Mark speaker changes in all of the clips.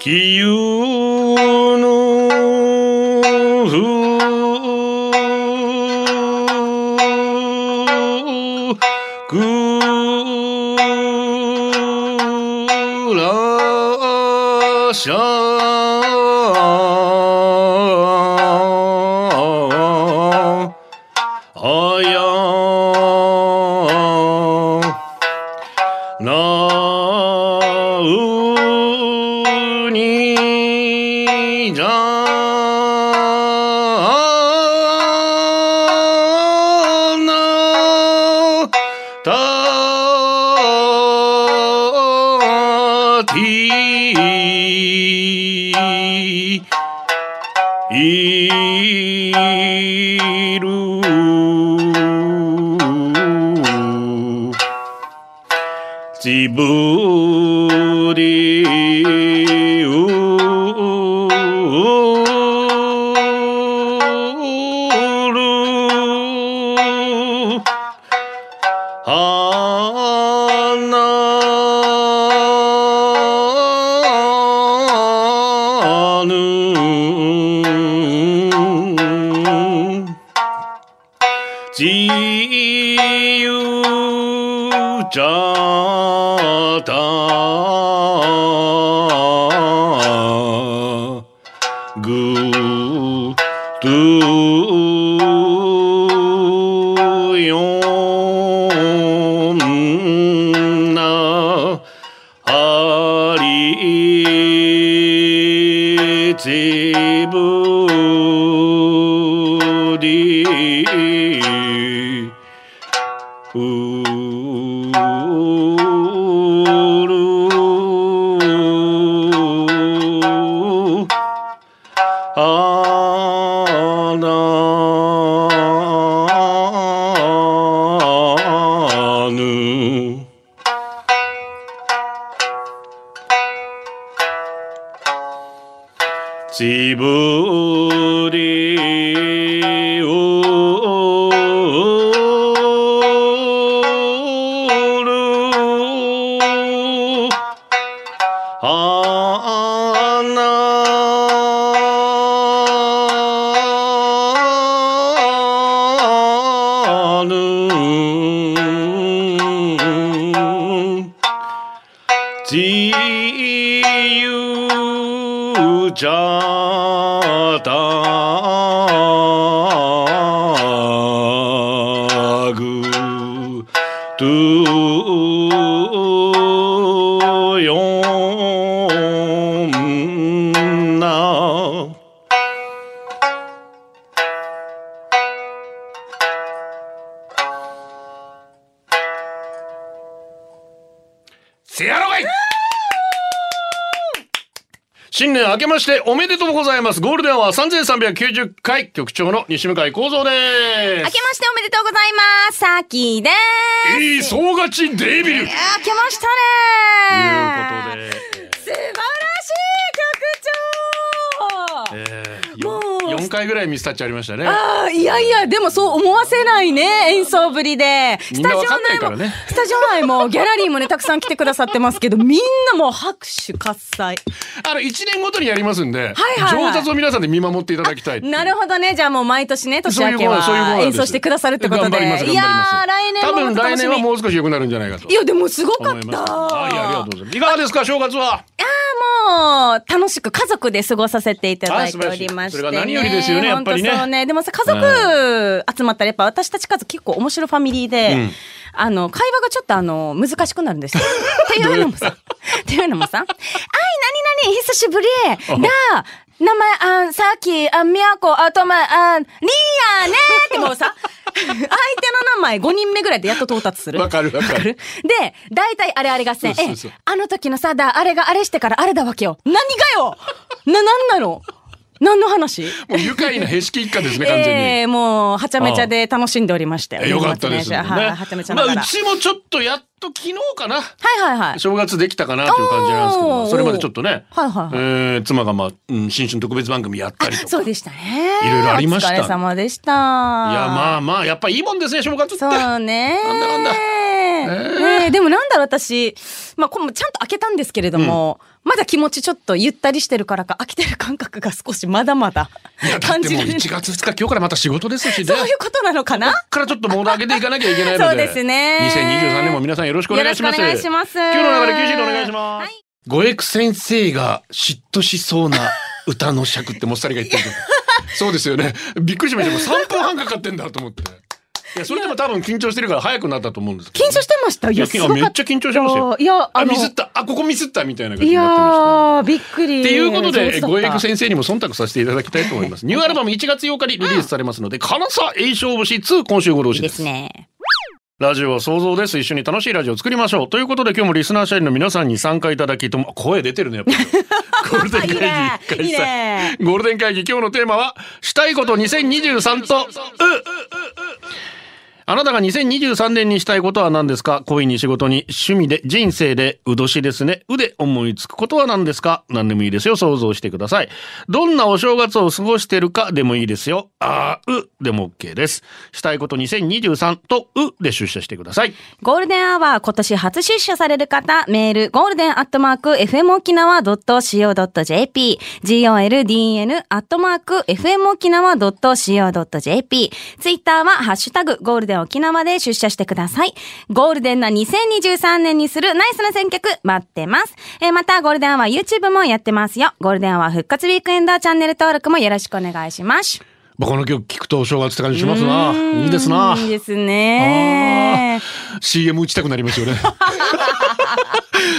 Speaker 1: 気有のふくらしゃあやなうにじゃなたている自分で売る花ぬ自由じゃたぐとよんなあり自分でうるあらぬ自分でおるあなぬ自由じゃたぐとよんな
Speaker 2: せやろがい
Speaker 1: 新年明けましておめでとうございますゴールデンは3390回局長の西向井光三で
Speaker 3: 明けましておめでとうございます。さきです。
Speaker 1: すいい総勝ちデビルというこ
Speaker 3: あ明けました
Speaker 1: と
Speaker 3: ね。
Speaker 1: で
Speaker 3: 素晴らしい局長。
Speaker 1: え
Speaker 3: もう
Speaker 1: 4回ぐらいミスタッチありましたね。
Speaker 3: あーいやいやでもそう思わせないね演奏ぶりで
Speaker 1: み
Speaker 3: ス
Speaker 1: んな
Speaker 3: タジオ
Speaker 1: わかんないか
Speaker 3: 内
Speaker 1: ら
Speaker 3: も、
Speaker 1: ね
Speaker 3: スタジオ内もギャラリーもねたくさん来てくださってますけどみんなもう拍手喝采
Speaker 1: あの1年ごとにやりますんで、
Speaker 3: はいはい
Speaker 1: 上達を皆さんで見守っていただきたい。
Speaker 3: なるほどねじゃあもう毎年ね年明けは
Speaker 1: そういうもんそういうもんなんで
Speaker 3: 演
Speaker 1: す
Speaker 3: 奏してくださるってことで
Speaker 1: 頑張ります
Speaker 3: い
Speaker 1: 頑
Speaker 3: や
Speaker 1: 張
Speaker 3: ー来
Speaker 1: ります
Speaker 3: 年
Speaker 1: 多
Speaker 3: も
Speaker 1: 分
Speaker 3: また
Speaker 1: 来
Speaker 3: 楽し
Speaker 1: 年
Speaker 3: み
Speaker 1: はもう少し良くなるんじゃないかと
Speaker 3: いやでもすごか
Speaker 1: 思
Speaker 3: っ
Speaker 1: い
Speaker 3: た
Speaker 1: ます。はいありがとうございます。いかがですか正月は。
Speaker 3: もう楽しく家族で過ごさせていただいておりまして、ね、
Speaker 1: あ素晴らしいそれが何よりですよねやっぱりね
Speaker 3: 本当そうねでもさ家族集まったらやっぱ私たち家族結構面白いファミリーで、
Speaker 1: うん
Speaker 3: あの会話がちょっとあの難しくなるん ですよ。っていうのもさっていうのもさ「あい何々久しぶりだ」
Speaker 4: 名前、あん、さき、あん、みやこ、あとま、あん、りやねってもうさ、相手の名前5人目ぐらいでやっと到達する。
Speaker 5: わかるわかる
Speaker 4: で、大体あれあれ合戦。
Speaker 5: そうそうそう
Speaker 4: え、あの時のさ、だ、あれがあれしてからあれだわけよ。何がよな、なんなの何の話
Speaker 5: もう愉快なへしき一家ですね、完全に。
Speaker 4: ええもう、はちゃめちゃで楽しんでおりましたよ。
Speaker 5: えよかったです
Speaker 4: 年末
Speaker 5: よ
Speaker 4: 年
Speaker 5: ね。
Speaker 4: 始はい、はちゃめちゃなが
Speaker 5: ま
Speaker 4: ら。
Speaker 5: あ、うちもちょっとやっと昨日かな。
Speaker 4: はいはいはい。
Speaker 5: 正月できたかなという感じなんですけど
Speaker 4: お
Speaker 5: も、
Speaker 4: ー
Speaker 5: それまでちょっとね、
Speaker 4: はいはいはい
Speaker 5: えー妻がまあ、うん新春特別番組やったりとか。
Speaker 4: そうでしたね。
Speaker 5: いろいろありました
Speaker 4: お疲れ様でした。いや、
Speaker 5: いや、ま
Speaker 4: あ。
Speaker 5: あまあ、やっぱいいもんですね、正月 って。
Speaker 4: そうね。
Speaker 5: なんだなんだ
Speaker 4: ねえでもなんだろう私、まあ、これもちゃんと開けたんですけれども、まだ気持ちちょっとゆったりしてるからか、飽きてる感覚が少しまだまだ
Speaker 5: いや、だっ
Speaker 4: 感
Speaker 5: て
Speaker 4: じ
Speaker 5: もう
Speaker 4: られる。
Speaker 5: 1
Speaker 4: そ
Speaker 5: 月2日、今日からまた仕事ですしね。
Speaker 4: ういうことなのかな
Speaker 5: からちょっとモード上げていかなきゃいけ ないので。
Speaker 4: そうですね
Speaker 5: 2023年も皆さんよろしくお願いします。
Speaker 4: よろしくお願いします
Speaker 5: 今日の流れ、9時でお願いします。
Speaker 4: はい
Speaker 5: ごえく先生が嫉妬しそうな歌の尺ってもっさりが言って るけど。そうですよね。びっくりしました。もう3分半かかってんだと思って。いや、それでも多分緊張してるから早くなったと思うんですけど、
Speaker 4: 緊張してましたい
Speaker 5: いや
Speaker 4: や、すごか
Speaker 5: いやめっちゃ緊張しましたよ
Speaker 4: いや、
Speaker 5: あ、
Speaker 4: の
Speaker 5: ミスった。あ、ここミスったみたいな感じ
Speaker 4: い
Speaker 5: になってましたね。
Speaker 4: やー、びっくり。
Speaker 5: っていうことで、ごえ
Speaker 4: く
Speaker 5: く先生にも忖度させていただきたいと思います。ニューアルバム1月8日にリリースされますので、金沢栄勝節2今週ごろし
Speaker 4: いい
Speaker 5: で
Speaker 4: ですす。ね。
Speaker 5: ラジオは想像です。一緒に楽しいラジオを作りましょう。ということで、今日もリスナー社員の皆さんに参加いただきとも、声出てるね、やっ ぱり。ゴールデン会議一回さ
Speaker 4: いいね
Speaker 5: ゴールデン会議、今日のテーマは、したいこと2023と、うあなたが2023年にしたいことは何ですか恋に仕事に、趣味で、人生で、うどしですね。うで思いつくことは何ですか何でもいいですよ。想像してください。どんなお正月を過ごしてるかでもいいですよ。あーうでも OK です。したいこと2023とうで出社してください。
Speaker 4: ゴールデンアワー今年初出社される方、メール、ゴールデンアットマーク、fmokinawa.co.jp、goldn アットマーク、fmokinawa.co.jp、ツイッターは、ハッシュタグ、ゴールデン沖縄で出社してください。ゴールデンな2023年にするナイスな選曲、待ってます。えーまた、ゴールデンアワー YouTube もやってますよ。ゴールデンアワー復活ウィークエンダーチャンネル登録もよろしくお願いします。
Speaker 5: まあこの曲聴くとお正月って感じしますな。いいですな。
Speaker 4: いいですね。
Speaker 5: CM 打ちたくなりますよね。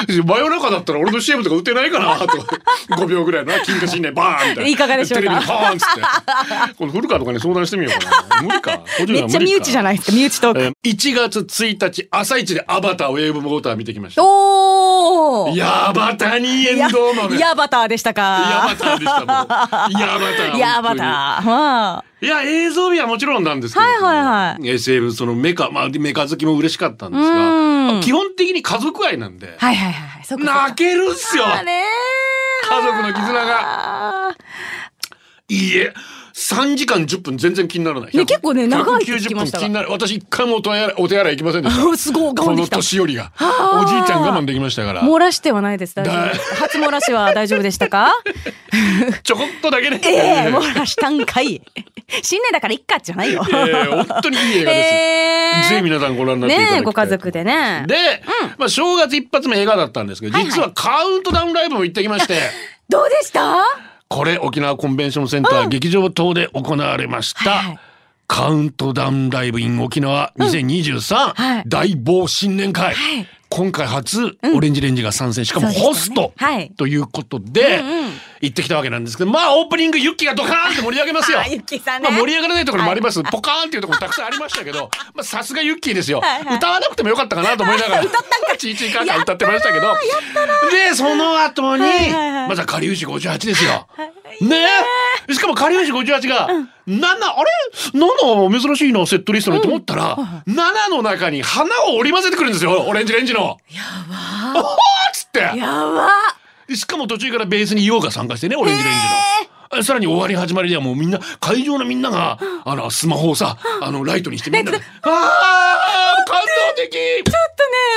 Speaker 5: 真夜中だったら俺の CM とか打てないかなとか5秒ぐらいのな金貨新年バーンみたいな。
Speaker 4: いかがでしょうか
Speaker 5: テレビでバーンっつって。この古川とかに相談してみようかな。無理か。
Speaker 4: めっちゃ身内じゃ
Speaker 5: ない。
Speaker 4: ないですか、身内トーク。
Speaker 5: えー1月1日朝一でアバターウェーブモーター見てきました。
Speaker 4: おー
Speaker 5: いやアバターにエンドウ豆。
Speaker 4: やヤバターでした
Speaker 5: ヤバ
Speaker 4: か
Speaker 5: ターでしたもん。ヤバター。
Speaker 4: ヤバター。はい
Speaker 5: や、映像美はもちろんなんですけど、。
Speaker 4: はいはいはい
Speaker 5: SF、そのメカ、まあ、メカ好きも嬉しかったんです
Speaker 4: う
Speaker 5: が、
Speaker 4: ん
Speaker 5: 基本的に家族愛なんで
Speaker 4: い、はいはいはい。そこ
Speaker 5: 泣けるっすよ
Speaker 4: だね
Speaker 5: 家族の絆が。
Speaker 4: あ
Speaker 5: いいえ。3時間10分全然気にならない。
Speaker 4: ね結構ね長いって聞
Speaker 5: 90
Speaker 4: き
Speaker 5: 分
Speaker 4: ましたが
Speaker 5: 気になる。私一回もお手洗い、お手洗い行きませんでした。
Speaker 4: ーすごい、我
Speaker 5: こ
Speaker 4: 慢で
Speaker 5: の
Speaker 4: きた。
Speaker 5: 年寄りが。
Speaker 4: あ
Speaker 5: お
Speaker 4: ー
Speaker 5: じいちゃん我慢できましたから。
Speaker 4: 漏らしてはないです。大丈夫です
Speaker 5: だ
Speaker 4: 初漏らしは大丈夫でし たか
Speaker 5: ちょこっとだけね。
Speaker 4: ええ漏らしたんかい。新年だからいっかじゃないよ。
Speaker 5: ええ本当にいい映画です。
Speaker 4: え
Speaker 5: ぜひ皆さんご覧になっていただきたい
Speaker 4: ねえ、ご家族でね。
Speaker 5: で、まあ正月一発目映画だったんですけど、
Speaker 4: はいはい
Speaker 5: 実はカウントダウンライブも行ってきま して、
Speaker 4: どうでした
Speaker 5: これ沖縄コンベンションセンター劇場等で行われました、
Speaker 4: はいはい
Speaker 5: カウントダウンライブ in 沖縄2023、
Speaker 4: はい
Speaker 5: 大棒新年会、
Speaker 4: はい
Speaker 5: 今回初オレンジレンジが参戦、しかも
Speaker 4: そうでしたね
Speaker 5: ホスト、
Speaker 4: はい
Speaker 5: ということで、行ってきたわけなんですけどまあオープニングユッキーがドカーンって盛り上げますよ
Speaker 4: あ。ゆきさん
Speaker 5: ま
Speaker 4: ね。
Speaker 5: あ、盛り上がらないところもあります、ポカーンっていうところもたくさんありましたけ どまあさすがユッキーですよ、
Speaker 4: はいはい
Speaker 5: 歌わなくてもよかったかなと思いな がらちいちいかんかん歌ってましたけどでその後に、
Speaker 4: はいはいはい
Speaker 5: まずは狩牛58ですよ。ねえしかも狩牛58が、七あれ ?7 珍しいなセットリストにと思ったら、7の中に花を織り交ぜてくるんですよオレンジレンジの。やばおーっつって
Speaker 4: やば
Speaker 5: しかも途中からベースにヨウが参加してね、オレンジレンジの。さらに終わり始まりではもうみんな、会場のみんなが、あの、スマホをさ、あの、ライトにしてみんなで、あー感動的
Speaker 4: ちょっと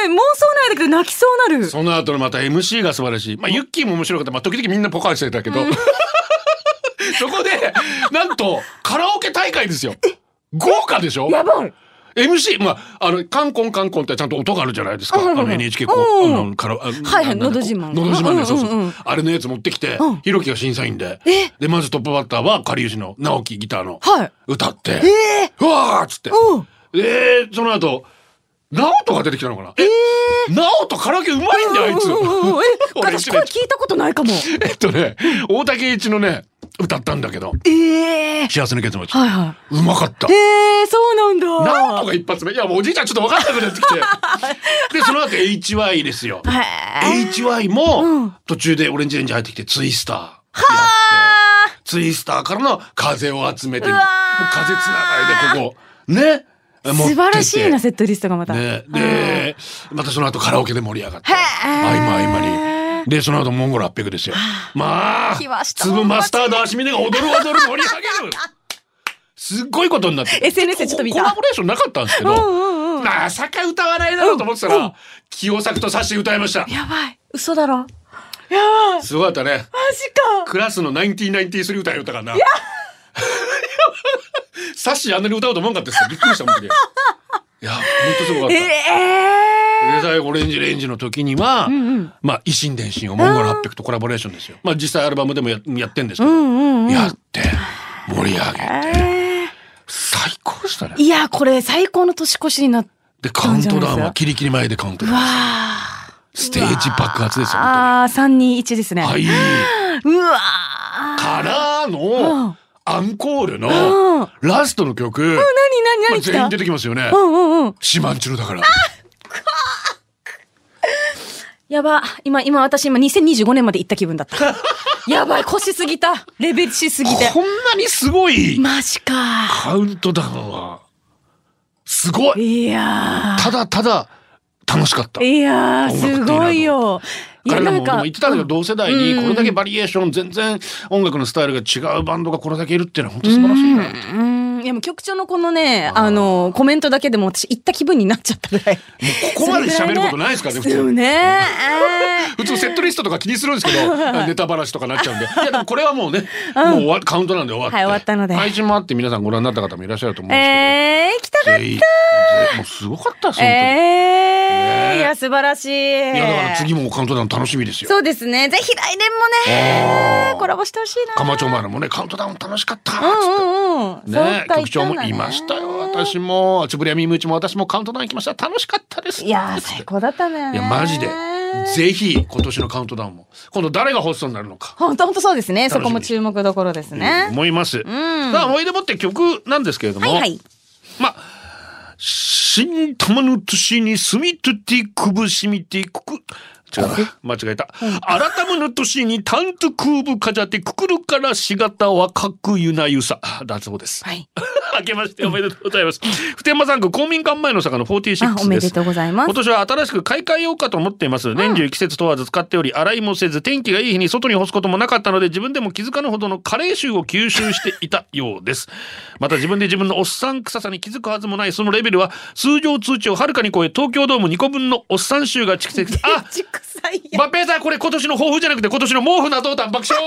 Speaker 4: ね、妄想ないだけど泣きそうなる。
Speaker 5: その後のまた MC が素晴らしい。まあ、ユッキーも面白かった。まあ、時々みんなポカンしてたけど。 そこで、なんと、カラオケ大会ですよ。豪華でしょ
Speaker 4: やばい
Speaker 5: MC、まあ、あの、カンコンカンコンってちゃんと音があるじゃないですか。
Speaker 4: うん
Speaker 5: あ
Speaker 4: うんうん
Speaker 5: の NHK こう、
Speaker 4: うん
Speaker 5: あの、から、はい
Speaker 4: はいのど自慢
Speaker 5: のど自慢
Speaker 4: う
Speaker 5: で、
Speaker 4: ん
Speaker 5: そう
Speaker 4: う
Speaker 5: そ
Speaker 4: ん。
Speaker 5: ううんあれのやつ持ってきて
Speaker 4: うん、
Speaker 5: ひろきが審査員で
Speaker 4: え。
Speaker 5: で、まずトップバッターは、かりゆしの直樹ギターの
Speaker 4: はい、
Speaker 5: 歌って、
Speaker 4: え
Speaker 5: うわーっつって。
Speaker 4: おう
Speaker 5: で、その後、直人が出てきたのかなえ直人カラオケうま いんだよ、あいつ。
Speaker 4: うんうんうんうんえ
Speaker 5: 俺
Speaker 4: 私これ聞いたことないかも。
Speaker 5: えっとね、大竹一のね、歌ったんだけど、
Speaker 4: ええ
Speaker 5: 幸せな結末。
Speaker 4: はいは
Speaker 5: うまかった
Speaker 4: い。。ええそうなんだ。
Speaker 5: なんとか一発目。いや、もうおじいちゃんちょっと分かんなくなってきて。 で、その後 HY ですよ。
Speaker 4: へえ
Speaker 5: HY
Speaker 4: うん
Speaker 5: も途中でオレンジレンジ入ってきてツイスターやって。ツイスターからの風を集めてみ
Speaker 4: う
Speaker 5: る。
Speaker 4: わ
Speaker 5: もう
Speaker 4: ー
Speaker 5: 風つながりでここ。ね。持って
Speaker 4: 素
Speaker 5: て
Speaker 4: 晴らしいな、セットリストがまた。
Speaker 5: ね、で、またその後カラオケで盛り上がって、
Speaker 4: へー
Speaker 5: 合間合間に。で、その後モンゴル800ですよ。まあ
Speaker 4: 来まし、た
Speaker 5: 粒マスタード足峰が踊る踊る盛り上げ る。すっごいことになってる。
Speaker 4: SNS でちょっと見た
Speaker 5: コラボレーションなかったんですけ
Speaker 4: うん
Speaker 5: ど、
Speaker 4: うんうん。や
Speaker 5: まさか歌わないだろうと思ってた
Speaker 4: うんうん
Speaker 5: ら、清作とさして歌いました。
Speaker 4: ばい。嘘だろ。やばい。マ
Speaker 5: すごかったね。
Speaker 4: ジか。
Speaker 5: クラスの1993歌いよったからな。 サッシーあんなに歌うと思わんかったですよ。びっくりしたもんで。いや、ほんとすごかっ
Speaker 4: え
Speaker 5: た。
Speaker 4: え
Speaker 5: デザインオレンジレンジの時には、まあ、維新伝心をモンゴル800とコラボレーションですよ。まあ、実際アルバムでもややってんですけど、
Speaker 4: うんうんうん
Speaker 5: やって、盛り上げ、
Speaker 4: え
Speaker 5: 最高でしたね
Speaker 4: え。いや、これ最高の年越しになっ
Speaker 5: で、カウントダウンはキリキリ前でカウントダウン。
Speaker 4: あ
Speaker 5: ステージ爆発ですよ、本
Speaker 4: あー、三二一ですね。
Speaker 5: 当に。はい。
Speaker 4: うわー
Speaker 5: から
Speaker 4: う
Speaker 5: の
Speaker 4: ん、
Speaker 5: アンコール
Speaker 4: う
Speaker 5: の
Speaker 4: ん、
Speaker 5: ラストの曲、
Speaker 4: 何何
Speaker 5: まあ
Speaker 4: 何来
Speaker 5: 全
Speaker 4: た
Speaker 5: 員出てきますよね
Speaker 4: う。んうんうん。
Speaker 5: シマンチュルだから。
Speaker 4: やば。今、今、私今2025年まで行った気分だった。 やばい、腰すぎた。レベルしすぎて。
Speaker 5: こんなにすごい
Speaker 4: マジか。
Speaker 5: カウントダウンは、すごい
Speaker 4: いや
Speaker 5: ただただ楽しかった
Speaker 4: ー。。いやー、
Speaker 5: 音楽っていい
Speaker 4: す
Speaker 5: な
Speaker 4: ごいよ。いや、
Speaker 5: 彼らも
Speaker 4: な
Speaker 5: 俺
Speaker 4: ん
Speaker 5: も
Speaker 4: か
Speaker 5: 言っ。てたんだけど、同世代に
Speaker 4: うん
Speaker 5: これだけバリエーション、全然音楽のスタイルが違うバンドがこれだけいるっていうのは本当素晴らしいな。
Speaker 4: うん、いやもう局長のこのね、あの、コメントだけでも私行った気分になっちゃったぐらい。
Speaker 5: ここまで喋ることないですからね、普
Speaker 4: それぐ
Speaker 5: 通。
Speaker 4: らいね
Speaker 5: 普通セットリストとか気にするんですけ ど、ネタ話とかなっちゃうんで。いや、でもこれはもうね、もう終わカウントなんで終わって。
Speaker 4: はい終わったので
Speaker 5: 配信もあって皆さんご覧になった方もいらっしゃると思うん
Speaker 4: そう
Speaker 5: ですけど。
Speaker 4: ね。えー、行きたか
Speaker 5: ぜ
Speaker 4: っ
Speaker 5: ひぜひもうすごかったです、本当
Speaker 4: た。
Speaker 5: に。
Speaker 4: え
Speaker 5: ね
Speaker 4: ー、いや、素晴らしい。
Speaker 5: いや、だから次もカウントダウン楽しみですよ。
Speaker 4: そうですね。ぜひ来年も
Speaker 5: あ
Speaker 4: ね
Speaker 5: ー、
Speaker 4: コラボしてほしいな。
Speaker 5: カマチョマルもね、カウントダウン楽しかったっつって。
Speaker 4: うんうんうん。
Speaker 5: ね
Speaker 4: そうか
Speaker 5: 局長もいましたよ。。
Speaker 4: 行ったんだね
Speaker 5: 私も、つぶりやみむちも私もカウントダウン行きました。楽しかったです。
Speaker 4: いやー、最高だったんだよ
Speaker 5: い
Speaker 4: ね。
Speaker 5: や、マジで。ぜひ、今年のカウントダウンも。今度誰がホストになるのか。
Speaker 4: 本当本当そうですね。
Speaker 5: しみ
Speaker 4: そこも注目どころですね。
Speaker 5: 思います。さあ、思い出もって曲なんですけれども。
Speaker 4: はいはい。
Speaker 5: まあ、新玉の年に住みとってくぶしみてくく。違うな間違えた。改むの年にたんとくうぶかじゃてくくるからしがたはかくゆなゆさ。だそうです。
Speaker 4: はい。
Speaker 5: 明けましておめでとうございます。普天間産区公民館前の坂の46です。
Speaker 4: あ、おめでとうございます
Speaker 5: 今。年は新しく買い替えようかと思っています。年中季節問わず使っており、洗いもせず、天気がいい日に外に干すこともなかったので、自分でも気づかぬほどの加齢臭を吸収していたようです。 また自分で自分のおっさん臭さに気づくはずもない、そのレベルは、通常通知をはるかに超え、東京ドーム2個分のおっさん臭が蓄 積さあ
Speaker 4: ちくさいや。
Speaker 5: バッペイさん、これ今年の抱負じゃなくて、今年の毛布などうたん爆 笑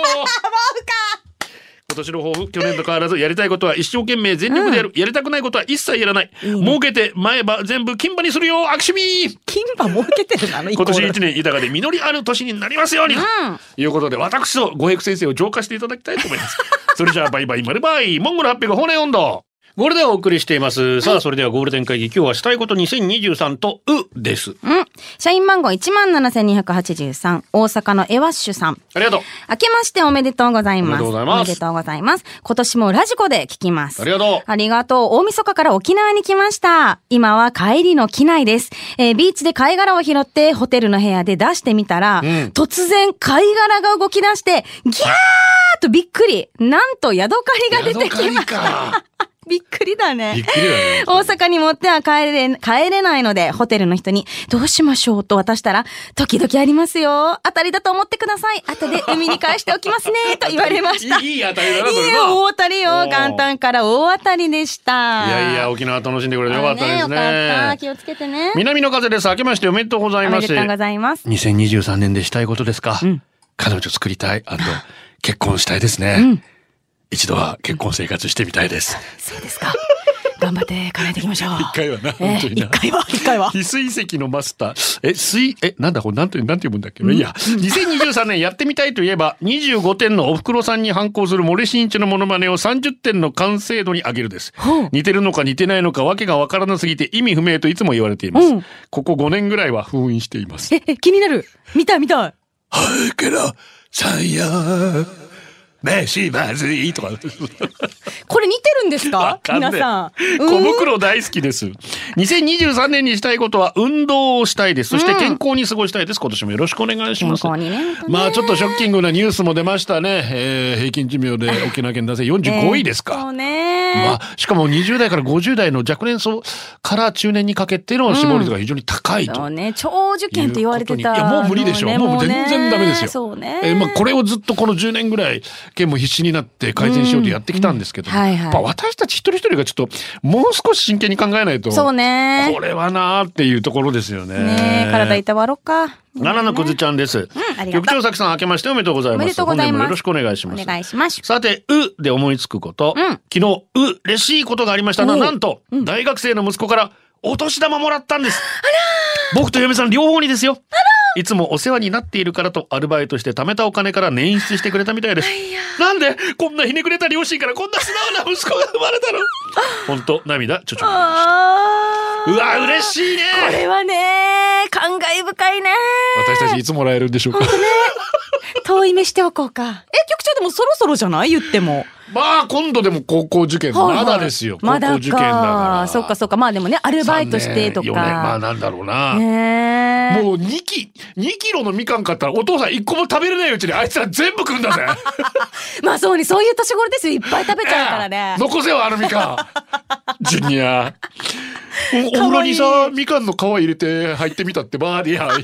Speaker 5: 今年の抱負、去年と変わらず、やりたいことは一生懸命全力でやる。やりたくないことは一切やらない。儲けて前歯全部金歯にするよ、悪趣味
Speaker 4: 金歯儲けてるのあの一個
Speaker 5: 今年一年豊かで実りある年になりますようにということで、私と五百先生を浄化していただきたいと思います。 それじゃあ、バイバイ、マルバイ、モンゴル800、骨温度。ゴールデンをお送りしています。さあ、それではゴールデン会議、今日はしたいこと2023と、うです。
Speaker 4: うん。社員番号17,283。大阪のエワッシュさん。
Speaker 5: ありがとう。
Speaker 4: 明けましておめでとうございます。
Speaker 5: おめでとうございます
Speaker 4: おめでとうございます今年もラジコで聞きます。
Speaker 5: ありがとう
Speaker 4: ありがとう。大晦日から沖縄に来ました。今は帰りの機内です。えービーチで貝殻を拾って、ホテルの部屋で出してみたら、
Speaker 5: ん
Speaker 4: 突然貝殻が動き出して、ギャーっとびっくり。なんとヤドカリが出てきま
Speaker 5: 宿
Speaker 4: し
Speaker 5: 帰
Speaker 4: た。
Speaker 5: か。
Speaker 4: びっくりだね。
Speaker 5: びっくりだね。
Speaker 4: 大阪に持っては帰れ、帰れないので、ホテルの人に、どうしましょうと渡したら、時々ありますよ。当たりだと思ってください。後で海に返しておきます ね。と言われました。
Speaker 5: い
Speaker 4: い
Speaker 5: いいい当たりだな、それ
Speaker 4: え、
Speaker 5: な。
Speaker 4: 大当たりよ。
Speaker 5: おー
Speaker 4: 元旦から大当たりでした。
Speaker 5: いやいや、沖縄楽しんでくれてよかったですね。
Speaker 4: あよかった。気をつけてね。
Speaker 5: 南の風です。明けましておめでとうござい
Speaker 4: お
Speaker 5: ま
Speaker 4: め
Speaker 5: す。
Speaker 4: でとうございます。
Speaker 5: 2023年でしたいことですか、彼女作りたい結婚したいですね、一度は結婚生活してみたいです。
Speaker 4: そうで すか。頑張って考えていきましょう。
Speaker 5: 一回はな、
Speaker 4: え
Speaker 5: 本当
Speaker 4: ー
Speaker 5: に
Speaker 4: 一
Speaker 5: な。
Speaker 4: 回は、一 回は。
Speaker 5: 翡翠石のマスター。え、水、え、なんだこれ、なんて、なんて読むんだっけ、いや、2023年やってみたいといえば、25点のお袋さんに反抗する森進一のモノマネを30点の完成度に上げるです
Speaker 4: ほう。
Speaker 5: 似てるのか似てないのかわけがわからなすぎて意味不明といつも言われています。
Speaker 4: うん
Speaker 5: ここ5年ぐらいは封印しています。
Speaker 4: え、え気になる。見たい見たい。
Speaker 5: はい、けら、さんや、
Speaker 2: 飯まずいとか。
Speaker 4: これ似てるんですか皆さん。
Speaker 5: 小
Speaker 4: うん
Speaker 5: 袋大好きです。2023年にしたいことは運動をしたいです。そして健康に過ごしたいです。今年もよろしくお願いします。
Speaker 4: 健康にね本当ね
Speaker 5: まあちょっとショッキングなニュースも出ましたね。えー平均寿命で沖縄県男性45位です
Speaker 4: えーそ
Speaker 5: か。
Speaker 4: うね、
Speaker 5: まあ、しかも20代から50代の若年層から中年にかけての死亡率が非常に高いと。
Speaker 4: そうね、超受験と言われてた。
Speaker 5: いやもう無理でしょ、
Speaker 4: ね
Speaker 5: もう全然ダメですよ。
Speaker 4: そうね。
Speaker 5: えーまあこれをずっとこの10年ぐらい県も必死になって改善しようとやってきたんですけど、
Speaker 4: うんはいはい
Speaker 5: やっぱ私たち一人一人がちょっともう少し真剣に考えないと
Speaker 4: そうね。
Speaker 5: これはなーっていうところですよね。
Speaker 4: ねえ体いたわろっか。
Speaker 5: 奈良のくずちゃんです。
Speaker 4: ありがとう
Speaker 5: 局長さきさん、明けましておめでとうございます。
Speaker 4: おめでとうございます
Speaker 5: 本年もよろしくお願いします。
Speaker 4: お願いします
Speaker 5: さて、うで思いつくこと。
Speaker 4: うん
Speaker 5: 昨日、う、嬉しいことがありましたな。
Speaker 4: おう
Speaker 5: なんと、大学生の息子からお年玉もらったんです。僕と嫁さん両方にですよ。いつもお世話になっているからとアルバイトして貯めたお金から捻出してくれたみたいです。なんでこんなひねくれた両親からこんな素直な息子が生まれたの本当涙ちょちょぎれました。
Speaker 4: あ
Speaker 5: う
Speaker 4: ー
Speaker 5: わ、嬉しいね
Speaker 4: これはね、感慨深いね。
Speaker 5: 私たちいつもらえるんでし ょうか。
Speaker 4: 遠い目しておこうか。え、局長でもそろそろじゃない言っても。
Speaker 5: まあ今度でも高校受験
Speaker 4: はいは
Speaker 5: ま
Speaker 4: い
Speaker 5: だですよ、高
Speaker 4: まだ
Speaker 5: 校受験だから
Speaker 4: か。そっかそっか。まあでもね、アルバイトしてと
Speaker 5: 3年4年まあ
Speaker 4: か。
Speaker 5: なんだろうな、
Speaker 4: ねえ
Speaker 5: もう2キ2キロのみかん買ったらお父さん1個も食べれないうちにあいつら全部食うんだ ぜ
Speaker 4: まあそうに、そういう年頃ですよ。いっぱい食べちゃうからね。
Speaker 5: 残せよあのみか んジュニアおお風
Speaker 4: か
Speaker 5: 呂
Speaker 4: わいい
Speaker 5: にさみかんの皮入れて入ってみたってバーディア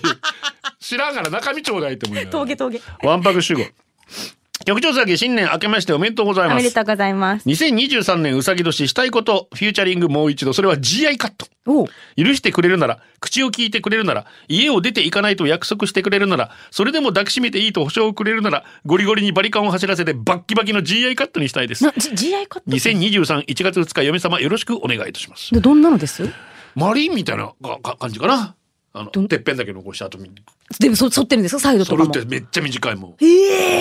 Speaker 5: 知らんから中身ちょうだいって思うよ
Speaker 4: 峠峠。
Speaker 5: わんぱく集合局長先新年明けましておめでとうござい
Speaker 4: お
Speaker 5: ま
Speaker 4: め
Speaker 5: す
Speaker 4: でとうございます。
Speaker 5: 2023年うさぎ年したいことフューチャリングもう一度それは GI カット
Speaker 4: おう
Speaker 5: 許してくれるなら口を聞いてくれるなら家を出ていかないと約束してくれるならそれでも抱きしめていいと保証をくれるならゴリゴリにバリカンを走らせてバッキバキの GI カットにしたいです
Speaker 4: な、じ GI カット
Speaker 5: 20231月2日嫁様よろしくお願いいたします
Speaker 4: でどんなのです
Speaker 5: マリンみたいなかか感じかなあのてっぺんだけ残した後に
Speaker 4: でもそ剃ってるんですかサイド
Speaker 5: そ
Speaker 4: と
Speaker 5: れ
Speaker 4: か
Speaker 5: っ
Speaker 4: も
Speaker 5: て。めっちゃ短いもん
Speaker 4: え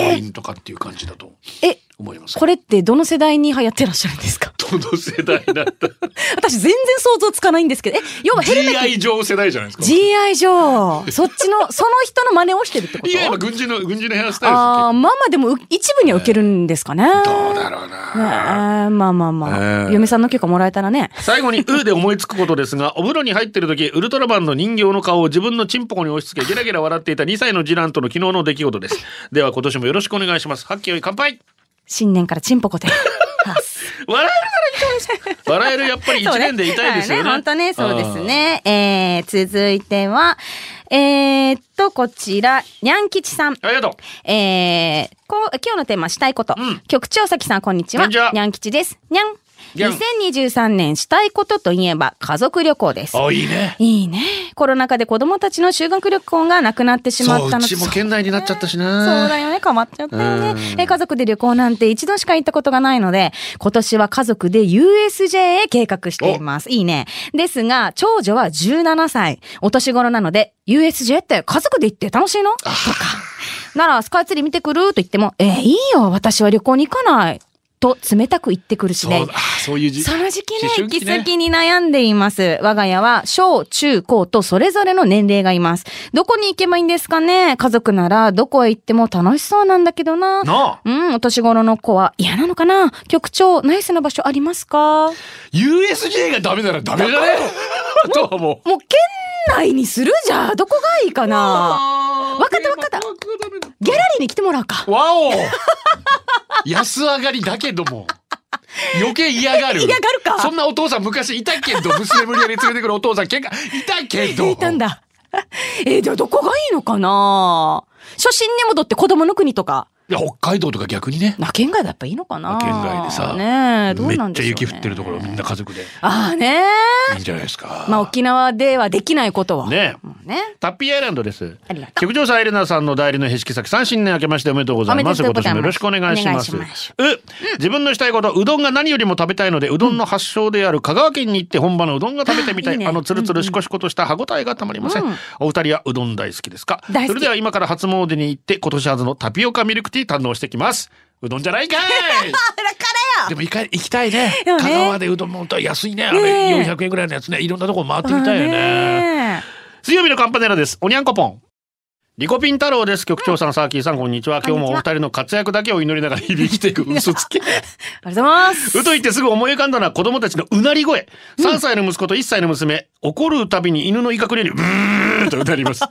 Speaker 5: マ
Speaker 4: え
Speaker 5: リンとかっていう感じだと
Speaker 4: え、
Speaker 5: 思います
Speaker 4: これってどの世代に流行ってらっしゃるんですか
Speaker 5: どの世代だった
Speaker 4: 私全然想像つかないんですけど、え、要はヘルメッ
Speaker 5: GI 上世代じゃないです
Speaker 4: ト、
Speaker 5: か
Speaker 4: GI 上、そっちの、その人の真似をしてるってこ
Speaker 5: い
Speaker 4: と
Speaker 5: ややっぱ軍人の軍人のヘアスタイルですよ
Speaker 4: ああ、まあまあでもう一部には受けるんですかね。
Speaker 5: どうだろう
Speaker 4: ねえ
Speaker 5: な。
Speaker 4: まあまあまあ、
Speaker 5: ええ
Speaker 4: 嫁さんの許可もらえたらね。
Speaker 5: 最後に、うーで思いつくことですが、お風呂に入ってる時、ウルトラマンの人形の顔を自分のチンポコに押し付け、ゲラゲラ笑っていた2歳の次男との昨日の出来事です。では今年もよろしくお願いします。はっきより乾杯
Speaker 4: 新年からチン ポコで。
Speaker 5: 笑えるならいいかもしれない。笑える、やっぱり1年で痛いですよね。
Speaker 4: そう本当ね、そうですね。えー、続いては、えー、っと、こちら、にゃんきちさん。
Speaker 5: あー。ありがと
Speaker 4: えー、こ今日のテーマ、したいこと。
Speaker 5: うん
Speaker 4: 局長、さきさん、こんにちは。
Speaker 5: こんにちは
Speaker 4: にゃん吉です。にゃん。
Speaker 5: にゃん
Speaker 4: 2023年、したいことといえば、家族旅行です
Speaker 5: う。。あ、いいね。
Speaker 4: いいね。コロナ禍で子供たちの修学旅行がなくなってしま
Speaker 5: そ
Speaker 4: っ
Speaker 5: う、
Speaker 4: た
Speaker 5: う
Speaker 4: の
Speaker 5: ちも県内になっちゃったし
Speaker 4: そう
Speaker 5: な。
Speaker 4: だよね。変わっちゃったよね。
Speaker 5: うん
Speaker 4: え家族で旅行なんて一度しか行ったことがないので、今年は家族で USJ へ計画しています。いいね。ですが、長女は17歳。お年頃なので、USJ って家族で行って楽しいのとか。なら、スカイツリー見てくると言っても、えーいいよ。私は旅行に行かない。と、冷たく言ってくるし
Speaker 5: そ
Speaker 4: ね
Speaker 5: う。あーそういう時
Speaker 4: その時期ね
Speaker 5: 思、春
Speaker 4: 行
Speaker 5: 期
Speaker 4: き
Speaker 5: ね
Speaker 4: 先に悩んでいます。我が家は小、中、高とそれぞれの年齢がいます。どこに行けばいいんですかね家族ならどこへ行っても楽しそうなんだけどな。
Speaker 5: なあ
Speaker 4: うん、お年頃の子は嫌なのかな局長、ナイスな場所ありますかもう
Speaker 5: USJ がダメならダメだね。あとはもう。
Speaker 4: 県内にするじゃあ、どこがいいかな
Speaker 5: あー
Speaker 4: わかったわかった
Speaker 5: テーマパークがダメだ
Speaker 4: ギャラリーに来てもらうか。
Speaker 5: わお安上がりだけども。余計嫌がる。
Speaker 4: 嫌がるか
Speaker 5: そんなお父さん昔いたけど、娘無理やり連れてくるお父さん結果、いたけど。
Speaker 4: いたんだ。 えー、じゃあどこがいいのかな初心に戻って子供の国とか。
Speaker 5: いや、北海道とか逆にね。
Speaker 4: な県外だやっぱいいのかな
Speaker 5: 県外でさ、
Speaker 4: ねえ、どうなんでし
Speaker 5: め
Speaker 4: ょう、ね、
Speaker 5: っちゃ雪降ってるところみんな家族で。
Speaker 4: ああね
Speaker 5: いいんじゃないですか。
Speaker 4: まあ沖縄ではできないことは。
Speaker 5: ねえ
Speaker 4: もうね。
Speaker 5: タッピーアイランドです
Speaker 4: ありがと。う
Speaker 5: 局長さんエレナさんの代理のへしきさきさん新年明けましておめでとうございます。今
Speaker 4: おめでとうござ
Speaker 5: 年
Speaker 4: い
Speaker 5: も
Speaker 4: ま
Speaker 5: よ
Speaker 4: す
Speaker 5: ろしくお願いします。
Speaker 4: お願いします
Speaker 5: う、自分のしたいこと、うどんが何よりも食べたいので、うどんの発祥である香川県に行って本場のうどんが食べてみたい。
Speaker 4: あいいね
Speaker 5: あのつるつるしこしことした歯ごたえがたまりません。
Speaker 4: うん
Speaker 5: お二人はうどん大好きですか。
Speaker 4: 大好き
Speaker 5: それでは今から初詣に行って今年はずのタピオカミルクティー堪能してきます。うどんじゃない かい。でも行か行きたいね。
Speaker 4: よ
Speaker 5: 香
Speaker 4: ね
Speaker 5: 川でうどんも本当は安いね。あれ
Speaker 4: ねえ
Speaker 5: 400円ぐらいのやつね。いろんなとこ回ってみたいよ
Speaker 4: あ
Speaker 5: ね
Speaker 4: ねえ
Speaker 5: 水曜日のカンパネラです。おにゃんこぽん。リコピン太郎です。局長さん、サーキーさん、こんにちは。
Speaker 4: こん
Speaker 5: 今
Speaker 4: にち
Speaker 5: 日
Speaker 4: は
Speaker 5: もお二人の活躍だけを祈りながら響きていく嘘つき。
Speaker 4: ありがとうございます。
Speaker 5: うと言ってすぐ思い浮かんだのは子供たちのうなり声。3歳の息子と1歳の娘、怒るたびに犬の威嚇のようにブーンとうなります。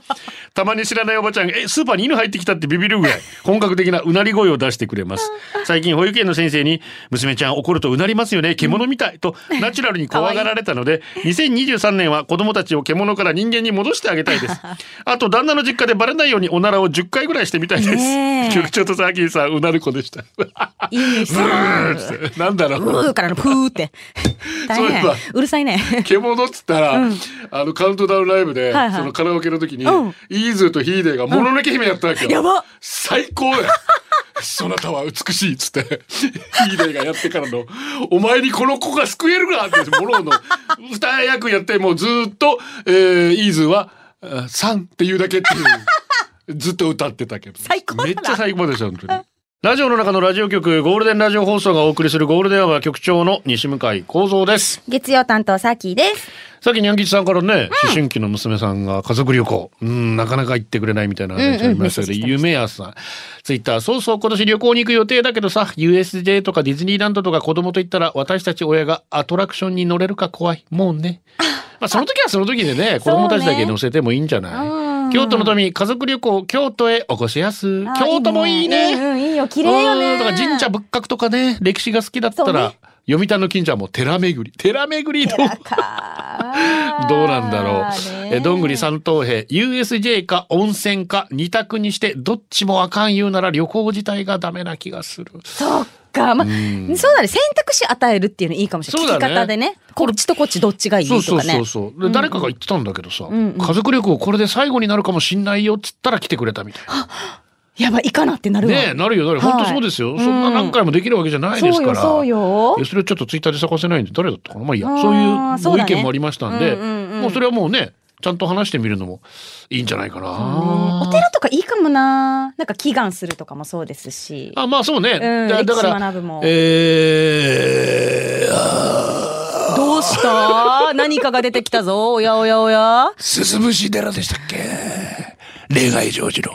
Speaker 5: たまに知らないおばちゃんが、え、スーパーに犬入ってきたってビビるぐらい、本格的なうなり声を出してくれます。最近保育園の先生に、娘ちゃん怒るとうなりますよね、獣みたい、とナチュラルに怖がられたので、2023年は子供たちを獣から人間に戻してあげたいです。あと、旦那の実家でバレないようにおならを10回ぐらいしてみたいです。
Speaker 4: ねえ
Speaker 5: 局長とサーキーさん、うなる子でした。
Speaker 4: いいです。
Speaker 5: なんだろう。
Speaker 4: うーからのプ ーって。大変
Speaker 5: そういえば。
Speaker 4: うるさいね。
Speaker 5: 獣っつったら、あのカウントダウンライブで、
Speaker 4: はいはい
Speaker 5: そのカラオケの時に、
Speaker 4: うん
Speaker 5: イーズーとヒーデーがもののけ姫やったわけよ、
Speaker 4: やば
Speaker 5: 最高やそなたは美しいっつってヒーデーがやってからの「お前にこの子が救えるか!」ってモローの二役やってもうずーっと、えーイーズーは「あさん」っていうだけっていうずっと歌ってたけど
Speaker 4: 最高だな
Speaker 5: めっちゃ最高でした本当に。ラジオの中のラジオ局ゴールデンラジオ放送がお送りするゴールデンアワー局長の西向井光三です。
Speaker 4: 月曜担当、サーキーです。
Speaker 5: さっきにゃんきちさんからね、思春期の娘さんが家族旅行、うん、なかなか行ってくれないみたいな話ありましたけど、
Speaker 4: うんうん
Speaker 5: 夢屋さん、ツイッター、そうそう、今年旅行に行く予定だけどさ、USJ とかディズニーランドとか子供と行ったら、私たち親がアトラクションに乗れるか怖い。もう ね。まあ、その時はその時でね、子供たちだけ乗せてもいいんじゃない、
Speaker 4: うん
Speaker 5: 京都の民、家族旅行、京都へお越しやす。
Speaker 4: あー
Speaker 5: 京都もいいね。
Speaker 4: うんうん、いいよ。綺麗よ
Speaker 5: う
Speaker 4: ね。
Speaker 5: んだから神社仏閣とかね、歴史が好きだった
Speaker 4: そう
Speaker 5: ら、
Speaker 4: ね
Speaker 5: 読谷の近所はもう寺巡り。寺巡りの。
Speaker 4: か。
Speaker 5: どうなんだろう。え、どんぐり
Speaker 4: ん。
Speaker 5: 三等兵、USJ か温泉か二択にして、どっちもあかん言うなら旅行自体がダメな気がする。
Speaker 4: そっか。まあ、そうだね。選択肢与えるっていうのいいかもしれない。
Speaker 5: そう
Speaker 4: 聞き
Speaker 5: だね
Speaker 4: 方でね。こっちとこっちどっちがいい
Speaker 5: そう
Speaker 4: と
Speaker 5: そう
Speaker 4: か
Speaker 5: そ
Speaker 4: ね
Speaker 5: う。そう。で、誰かが言ってたんだけどさ、
Speaker 4: んうん
Speaker 5: 家族旅行これで最後になるかもしんないよっつったら来てくれたみたいな。
Speaker 4: やばい、いかなってなるわ。
Speaker 5: ねえ、なるよ、なるよ。
Speaker 4: はい
Speaker 5: 本当そうですよ、そんな何回もできるわけじゃないですから。
Speaker 4: そうよそうよ
Speaker 5: いやそれちょっとツイッターで探せないんで、誰だったかなまあいいや
Speaker 4: う。ん
Speaker 5: そういう
Speaker 4: そ
Speaker 5: ご
Speaker 4: う
Speaker 5: 意
Speaker 4: だね
Speaker 5: 見もありましたんで、
Speaker 4: うんうんうん
Speaker 5: もうそれはもうね、ちゃんと話してみるのもいいんじゃないかな。
Speaker 4: お寺とかいいかもな。なんか祈願するとかもそうですし。
Speaker 5: あまあそうね、
Speaker 4: うん
Speaker 5: だだか
Speaker 4: 歴史
Speaker 5: ら
Speaker 4: 学ぶも
Speaker 5: えーあ
Speaker 4: ど うした何かが出てきたぞ。おやおやおや。
Speaker 5: ー鈴虫寺でしたっけ恋愛成就の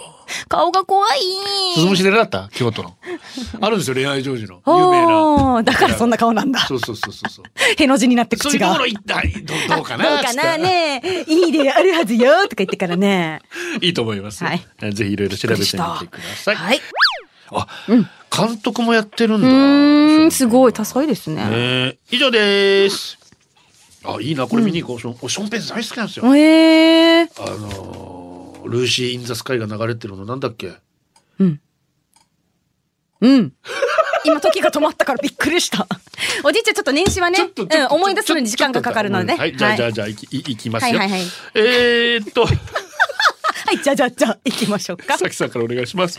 Speaker 4: 顔が怖い。
Speaker 5: 鈴虫寺だった京 都のあるんですよ恋愛成就の
Speaker 4: お
Speaker 5: 有名な
Speaker 4: ーだからそんな顔なんだ。
Speaker 5: そうそうそう そうそう
Speaker 4: への字になって
Speaker 5: そうい
Speaker 4: 口
Speaker 5: うと
Speaker 4: が。
Speaker 5: ころ行ったどどうかな
Speaker 4: どうか
Speaker 5: つっ
Speaker 4: な
Speaker 5: て
Speaker 4: ねえいいであるはずよとか言ってからね。
Speaker 5: いいと思います、
Speaker 4: はい
Speaker 5: ぜひいろいろ調べてみてください、
Speaker 4: はい。
Speaker 5: あ、監督もやってるんだ
Speaker 4: うーん、すごい、多彩ですね。
Speaker 5: えー以上ですあいいなこれ見に行こう、ショーン俺ショーンペン大好きなんですよ
Speaker 4: えー、
Speaker 5: あのールーシー・イン・ザ・スカイが流れてるのなんだっけ
Speaker 4: うん。今時が止まったからびっくりした。おじいちゃんちょっと年始はね、
Speaker 5: ちょっとちょ
Speaker 4: う
Speaker 5: っ
Speaker 4: ん、
Speaker 5: と
Speaker 4: 思い出すのに時間がかかるのでね。
Speaker 5: はい、じゃあ、じゃ
Speaker 4: は
Speaker 5: あ、
Speaker 4: い、
Speaker 5: じゃあ、いき、いいきますよ。
Speaker 4: はいはいはい
Speaker 5: えーっと、
Speaker 4: はいじゃあじゃあじゃあ行きましょうか。
Speaker 5: さきさんからお願いします。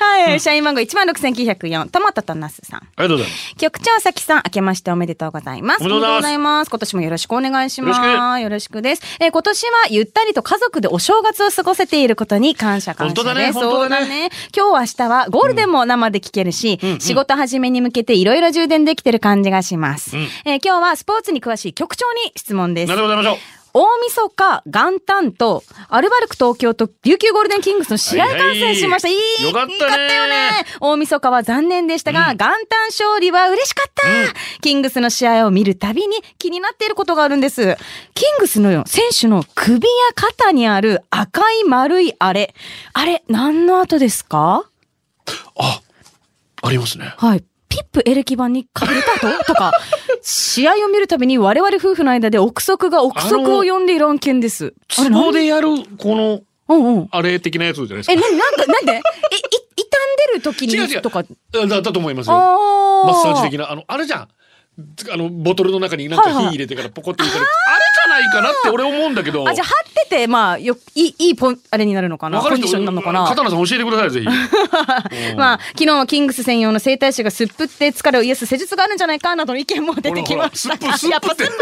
Speaker 4: はい、社員番号一万六千九百四、トマトとナスさん。
Speaker 5: ありがとうございます。
Speaker 4: 局長さきさん、明けましておめでとうございます。
Speaker 5: おめでとうございます
Speaker 4: おめます。今年もよろしくお願いしま
Speaker 5: よ
Speaker 4: す。よ
Speaker 5: ろ
Speaker 4: ろしくです。えー今年はゆったりと家族でお正月を過ごせていることに感謝感謝です。
Speaker 5: 本当だね
Speaker 4: そう
Speaker 5: 本当だ
Speaker 4: だ
Speaker 5: ね
Speaker 4: ね。今日明日はゴールデンも生で聞けるし、仕事始めに向けていろいろ充電できてる感じがします、えー今日はスポーツに詳しい局長に質問です
Speaker 5: な。るほど、なるほど。
Speaker 4: 大晦日、元旦と、アルバルク東京と琉球ゴールデンキングスの試合観戦しました。
Speaker 5: はい
Speaker 4: い
Speaker 5: はいよかったね
Speaker 4: いいよね。大晦日は残念でしたが、元旦勝利は嬉しかった、キングスの試合を見るたびに気になっていることがあるんです。キングスの選手の首や肩にある赤い丸いあれ。あれ、何の後ですか
Speaker 5: あ、ありますね。
Speaker 4: はい。ピップエレキ版にかぶれたととか、試合を見るたびに我々夫婦の間で憶測が憶測を呼んでいる案件です。あ
Speaker 5: ツ
Speaker 4: れなん
Speaker 5: ボでやる、この、
Speaker 4: うんうん。
Speaker 5: あれ的なやつじゃないですか
Speaker 4: え、。な、なんか、なんでえ、い、傷んでる時
Speaker 5: 違う
Speaker 4: に
Speaker 5: 違う
Speaker 4: とか。
Speaker 5: あだだと思いますよ。
Speaker 4: あ
Speaker 5: マッサージ的
Speaker 4: な。
Speaker 5: な、あの、あれじゃん。つあの、ボトルの中になんか
Speaker 4: はいはい
Speaker 5: 火入れてからポコって入れてる。あれじゃないかなって俺思うんだけど。
Speaker 4: あ、じゃあ、張ってて、まあ、よ、いい、いいポン、あれになるのかな
Speaker 5: わか
Speaker 4: コ
Speaker 5: る
Speaker 4: ンディ
Speaker 5: 人
Speaker 4: ションなのかな
Speaker 5: 片野さん教えてください、ぜひ。うん
Speaker 4: まあ、昨日はキングス専用の整体師がすっぷって疲れを癒す施術があるんじゃないかなどの意見も出てきました
Speaker 5: ほらほら
Speaker 4: が。
Speaker 5: すっぷすっ
Speaker 4: やっ
Speaker 5: ぷ
Speaker 4: ぱ
Speaker 5: っ
Speaker 4: す
Speaker 5: て
Speaker 4: っぷる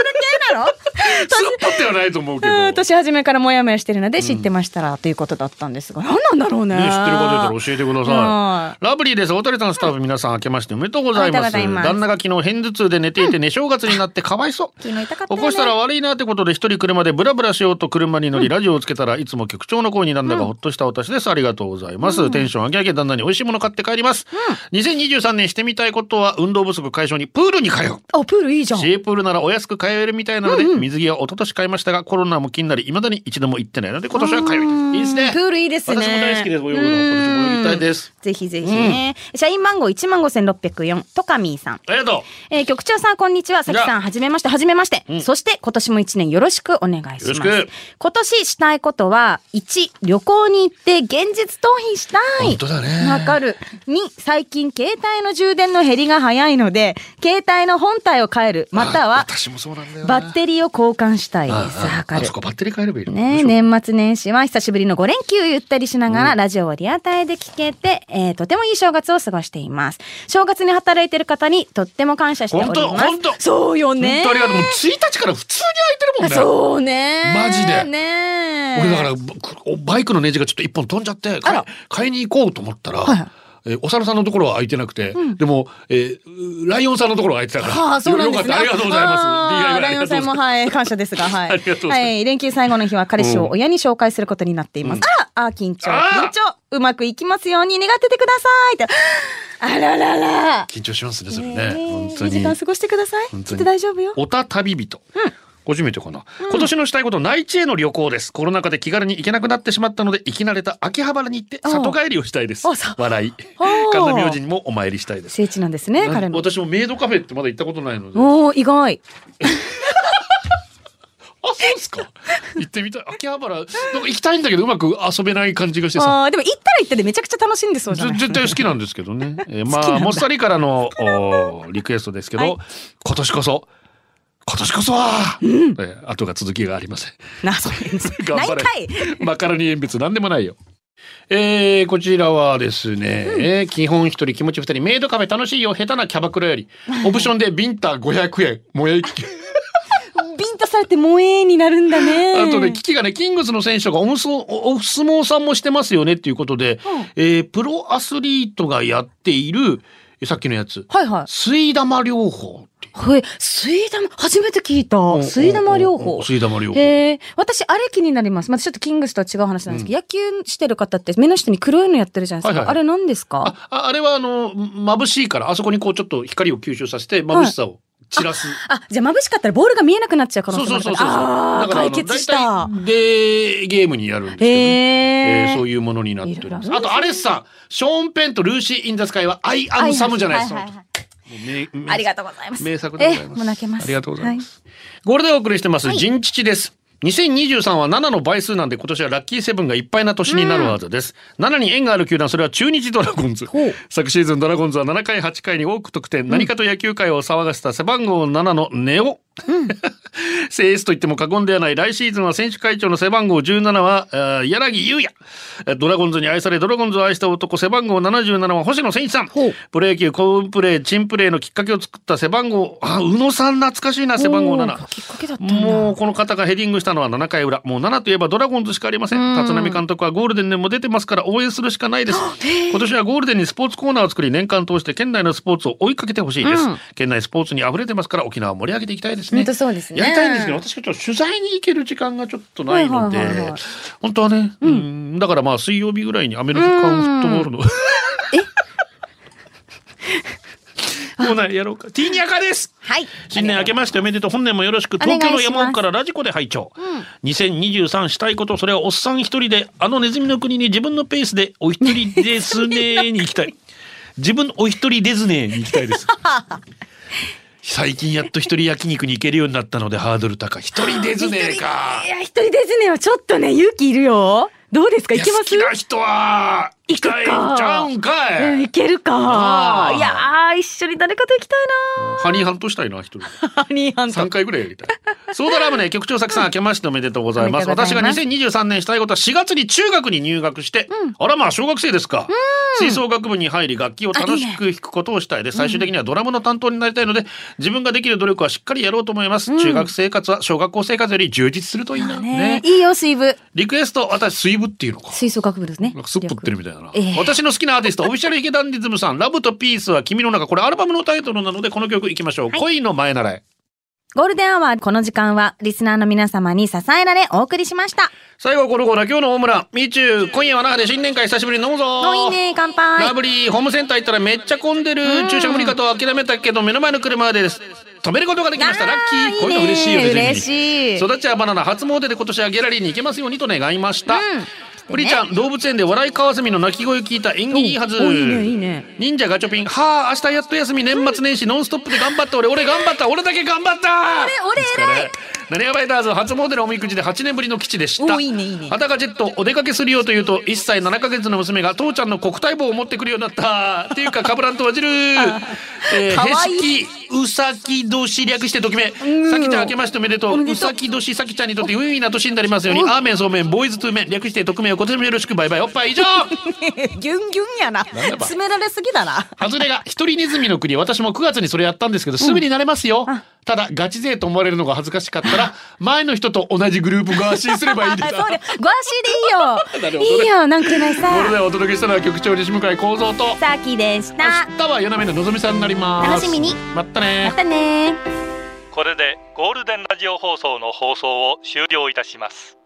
Speaker 4: 系なの
Speaker 5: スッパではないと思うけど。
Speaker 4: うん
Speaker 5: ね、知ってる
Speaker 4: 年始めからモヤモヤしてるので知ってましたらということだったんですが、何なんだろうね。
Speaker 5: 方いたら教えてくださ。
Speaker 4: はい
Speaker 5: ラブリーです。大谷さんスタッフ皆さん明けましておめでとうございます。
Speaker 4: おめでとうございます
Speaker 5: 旦那が昨日片頭痛で寝ていてね、正月になってかわいそう。
Speaker 4: 昨日痛かったよ
Speaker 5: 起
Speaker 4: ね
Speaker 5: こしたら悪いなってことで一人車でブラブラしようと車に乗り、ラジオをつけたらいつも局長の声になんだかほっとした私です。ありがとうございます。テンション上げ上げ旦那に美味しいもの買って帰ります。2023年してみたいことは運動不足解消にプールに通う。
Speaker 4: あ、プールいいじゃん。
Speaker 5: シープールならお安く通えるみたいなので、水着は一昨年買いましたが、コロナも気になり、未だに一度も行ってないので、今年は通います。いいですね。
Speaker 4: プールいいですね。
Speaker 5: 私も大好きです。泳ぐの。今年も泳ぎたいです。
Speaker 4: ぜひぜひね。社員番号1万5604、トカミーさん。
Speaker 5: ありがと
Speaker 4: えー局長さん、こんにちは。さき
Speaker 5: じゃ
Speaker 4: さ
Speaker 5: あ
Speaker 4: ん、はじめまして、はじめまして。そして、今年も一年よろしくお願いしま
Speaker 5: よ
Speaker 4: す。
Speaker 5: ろしく
Speaker 4: 今年したいことは、1、旅行に行って現実逃避したい。
Speaker 5: 本当だね
Speaker 4: わかる。2、最近、携帯の充電の減りが早いので、携帯の本体を変える、
Speaker 5: う。
Speaker 4: または、
Speaker 5: 私もそうなんだよな。
Speaker 4: バッテリーを交換したいで
Speaker 5: あ
Speaker 4: す。わ
Speaker 5: あ
Speaker 4: か
Speaker 5: あ
Speaker 4: る
Speaker 5: そ。こバッテリー変えればいいの
Speaker 4: ね、
Speaker 5: でしょ
Speaker 4: 年末年始は久しぶりの5連休ゆったりしながら、ラジオをリアタイで聞けて、えーとてもいい正月を過ごしています。正月に働いている方にとっても感謝しております。
Speaker 5: ほんとほんと
Speaker 4: そうよね。
Speaker 5: 本当ありがとう。もう1日から普通に空いてるもんね。
Speaker 4: そうね。
Speaker 5: マジで
Speaker 4: ね
Speaker 5: 俺だからばバイクのネジがちょっと一本飛んじゃって買い買いに行こうと思ったら、
Speaker 4: はい
Speaker 5: えーお猿さんのところは空いてなくて、でも、えーライオンさんのところは空いてたから、
Speaker 4: はあ、そうなんですね。
Speaker 5: よかったありがとうございます。
Speaker 4: あー
Speaker 5: DIY
Speaker 4: ライオンさんも、はい、感謝ですが、はい。
Speaker 5: ありがとうございます
Speaker 4: はい、連休最後の日は彼氏を親に紹介することになっています。あら、あー、緊張、緊
Speaker 5: あー
Speaker 4: 張。うまくいきますように願っててくださいって。あららら。
Speaker 5: 緊張しますねそれね、
Speaker 4: えー
Speaker 5: 本当
Speaker 4: いい時間
Speaker 5: に
Speaker 4: 過ごしてください。
Speaker 5: 本当に
Speaker 4: きっと大丈夫よ。
Speaker 5: おた旅人、初めてかな、今年のしたいこと内地への旅行ですコロナ禍で気軽に行けなくなってしまったので行き慣れた秋葉原に行って
Speaker 4: ああ
Speaker 5: 里帰りをしたいです
Speaker 4: あそう
Speaker 5: 笑い
Speaker 4: あ
Speaker 5: 神田明神にもお参りしたいです
Speaker 4: 聖地なんですね、
Speaker 5: な
Speaker 4: 彼
Speaker 5: ん
Speaker 4: の。
Speaker 5: 私もメイドカフェってまだ行ったことないのであ
Speaker 4: おお、意外。
Speaker 5: そうですか行ってみたい秋葉原なんか行きたいんだけどうまく遊べない感じがしてさ
Speaker 4: ああ、でも行ったら行ったでめちゃくちゃ楽しんでそうじ
Speaker 5: ず
Speaker 4: ゃない
Speaker 5: 絶対好きなんですけど ね。えー
Speaker 4: 好き
Speaker 5: ま
Speaker 4: な
Speaker 5: あ、
Speaker 4: んだ
Speaker 5: もっさりからのおーリクエストですけど、
Speaker 4: はい
Speaker 5: 今年こそ、今年こそは、えー後が続きがありません。
Speaker 4: な、そういうの。
Speaker 5: 頑
Speaker 4: ない
Speaker 5: 張
Speaker 4: ん
Speaker 5: れ
Speaker 4: かい。
Speaker 5: マカロニ鉛筆なんでもないよ。えー、こちらはですね、えー基本一人気持ち二人メイドカフェ楽しいよ下手なキャバクラよ りオプションでビンタ500円もやい
Speaker 4: ビンタされて萌えになるんだね。
Speaker 5: あとねキキがねキングスの選手がおむすおお相撲さんもしてますよねっていうことで、えープロアスリートがやっているえさっきのやつ
Speaker 4: はいはい。
Speaker 5: 水玉療法っていう
Speaker 4: はい、水玉、初めて聞い
Speaker 5: ん
Speaker 4: た。水玉療
Speaker 5: うん
Speaker 4: 法。
Speaker 5: 水玉療法
Speaker 4: へえ、私、あれ気になります。またちょっとキングスとは違う話なんですけど、野球してる方って目の下に黒いのやってるじゃないです
Speaker 5: はい
Speaker 4: か。
Speaker 5: はい
Speaker 4: あれ何ですか
Speaker 5: あああれはあの眩しいからあそこにこうちょっと光を吸収させて眩しさを散らす、
Speaker 4: あ、じゃあ眩しかったらボールが見えなくなっちゃう可能性もあるから。ああ、
Speaker 5: あの
Speaker 4: 解決した。
Speaker 5: 大体デーゲームにやるんですけど
Speaker 4: へ
Speaker 5: ね、
Speaker 4: え
Speaker 5: えーそういうものになっておりま
Speaker 4: い
Speaker 5: す。
Speaker 4: ろいろ
Speaker 5: あと、アレッサン、ショーン・ペンとルーシー・イン・ザ・スカイは、アイ・アム・サムじゃないです
Speaker 4: はは
Speaker 5: か
Speaker 4: は。
Speaker 5: もう名
Speaker 4: ありがとうございます。
Speaker 5: 名作でございます。
Speaker 4: えもう泣けます。
Speaker 5: ありがとうございます。ゴールデンお送りしてます、人吉です。2023は7の倍数なんで今年はラッキーセブンがいっぱいな年になるはずです。7に縁がある球団、それは中日ドラゴンズ
Speaker 4: ほう。
Speaker 5: 昨シーズンドラゴンズは7回、8回に多く得点、何かと野球界を騒がせた背番号7のネオ。 セースと言っても過言ではない来シーズンは選手会長の背番号17はあー柳優也えドラゴンズに愛されドラゴンズを愛した男背番号77は星野誠一さん
Speaker 4: ほう
Speaker 5: プロ野球幸運プレーチンプレーのきっかけを作った背番号あ宇野さん懐かしいな背番号
Speaker 4: おー
Speaker 5: 7
Speaker 4: きっかけだったんだ。
Speaker 5: もうこの方がヘディングしたのは7回裏もう7といえばドラゴンズしかありません立浪監督はゴールデンでも出てますから応援するしかないです今年はゴールデンにスポーツコーナーを作り年間通して県内のスポーツを追いかけてほしいです、
Speaker 4: うん
Speaker 5: 県内スポーツに溢れてますから沖縄を盛り上げていきたいです
Speaker 4: 本
Speaker 5: ね
Speaker 4: 当そうですね。
Speaker 5: やりたいんですけど、私がちょっと取材に行ける時間がちょっとないので、
Speaker 4: はいはいはいはい
Speaker 5: 本当はね、うん、だからまあ水曜日ぐらいにアメリカンフットボールの。もうないやろうか。ティーニアカです。
Speaker 4: はい。
Speaker 5: 新年明けましておめでとう。本年もよろしく。
Speaker 4: お願い
Speaker 5: 東
Speaker 4: します
Speaker 5: 京の山奥からラジコで拝聴。2023したいこと、それはおっさん一人で、あのネズミの国に自分のペースでお一人ですねに行きた い。自分お一人ですねに行きたいです。最近やっと一人焼肉に行けるようになったのでハードル高い。一人ですねか
Speaker 4: い。や、一人ですねはちょっとね、勇気いるよ。どうですか
Speaker 5: い
Speaker 4: い
Speaker 5: や
Speaker 4: けま
Speaker 5: 好
Speaker 4: す
Speaker 5: きな人は行きたいんちゃうんか
Speaker 4: うん
Speaker 5: い。
Speaker 4: いける
Speaker 5: あ
Speaker 4: か
Speaker 5: ー
Speaker 4: いやー一緒に誰かと行きたい
Speaker 5: ハニーハントしたいな一人で。
Speaker 4: な ハニーハン
Speaker 5: 三
Speaker 4: ト
Speaker 5: 回ぐらいやりたい。ソーダラムね、局長さきさん、明けましておめでとうございます。
Speaker 4: おめでとうご
Speaker 5: 私
Speaker 4: ざ
Speaker 5: が
Speaker 4: います
Speaker 5: 2023年したいことは、4月に中学に入学して、あらまあ、小学生ですか。吹奏楽部に入り楽器を楽しく弾くことをしたいです最終的にはドラムの担当になりたいので自分ができる努力はしっかりやろうと思います、中学生活は小学校生活より充実するといいな、
Speaker 4: ね
Speaker 5: ね
Speaker 4: いいよ、水部。
Speaker 5: リクエスト私水部っていうのか
Speaker 4: 吹奏楽部ですね。
Speaker 5: なんかすっぽってるみたいだな、
Speaker 4: ええ
Speaker 5: 私の好きなアーティストオフィシャルヒゲダンディズムさん「ラブとピースは君の中」これアルバムのタイトルなのでこの曲いきましょう、恋の前習い
Speaker 4: ゴールデンアワー、この時間は、リスナーの皆様に支えられお送りしました。
Speaker 5: 最後はこのコーナー今日のホームランみーちゅう今夜は中で新年会久しぶりに飲むぞ
Speaker 4: もういいね、乾杯。
Speaker 5: ラブリーホームセンター行ったらめっちゃ混んでる注射無理かと諦めたけど目の前の車です止めることができましたラッキー
Speaker 4: あー
Speaker 5: こういうの嬉しいよねジ
Speaker 4: ね
Speaker 5: ェミニ
Speaker 4: 嬉しい。
Speaker 5: 育ちはバナナ初詣で今年はギャラリーに行けますようにと願いました、プリちゃん動物園で笑いカワセミの鳴き声聞いた演技いいはず
Speaker 4: おいいねいいね
Speaker 5: 忍者ガチョピンはあ明日やっと休み年末年始ノンストップで頑張った俺俺頑張った俺だけ頑張った
Speaker 4: 俺偉い
Speaker 5: なにわバイターズ初詣のおみくじで8年ぶりの基地でした。
Speaker 4: おいいねいいね
Speaker 5: はたかジェット、お出かけするよと言うと、1歳7ヶ月の娘が父ちゃんの国体棒を持ってくるようになった。っていうか、かぶらんと わじる。えー、
Speaker 4: かわい
Speaker 5: へしき、うさき年略してときめ。さきちゃん明けましておめでとう。うさき年、さきちゃんにとって有意義な年になりますように、アーメン、そうめん、ボーイズトゥーメン、略して特命を今年もよろしく、バイバイ、おっぱい以上
Speaker 4: ギュンギュンやな。
Speaker 5: なんだば
Speaker 4: 詰められすぎだな。
Speaker 5: ハズレが、一人ネズミの国、私も9月にそれやったんですけど、すぐになれますよ。ただ、ガチ勢と思われるのが恥ずかしかった ら、前の人と同じグループが安心すればいいで
Speaker 4: あ
Speaker 5: す。
Speaker 4: そうで、ご 足でいいよ。いいよ、なんくない
Speaker 5: ということ
Speaker 4: さ。
Speaker 5: でお届けしたのは局長西向井幸三と
Speaker 4: さきでした。
Speaker 5: 明日は夜なめののぞみさんになります
Speaker 4: 楽しみに
Speaker 5: まったね
Speaker 4: またね
Speaker 1: これでゴールデンラジオ放送の放送を終了いたします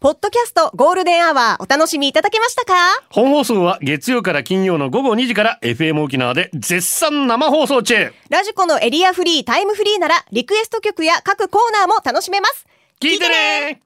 Speaker 6: ポッドキャストゴールデンアワーお楽しみいただけましたか
Speaker 5: 本放送は月曜から金曜の午後2時から FM 沖縄で絶賛生放送中
Speaker 6: ラジコのエリアフリータイムフリーならリクエスト曲や各コーナーも楽しめます
Speaker 5: 聞いてね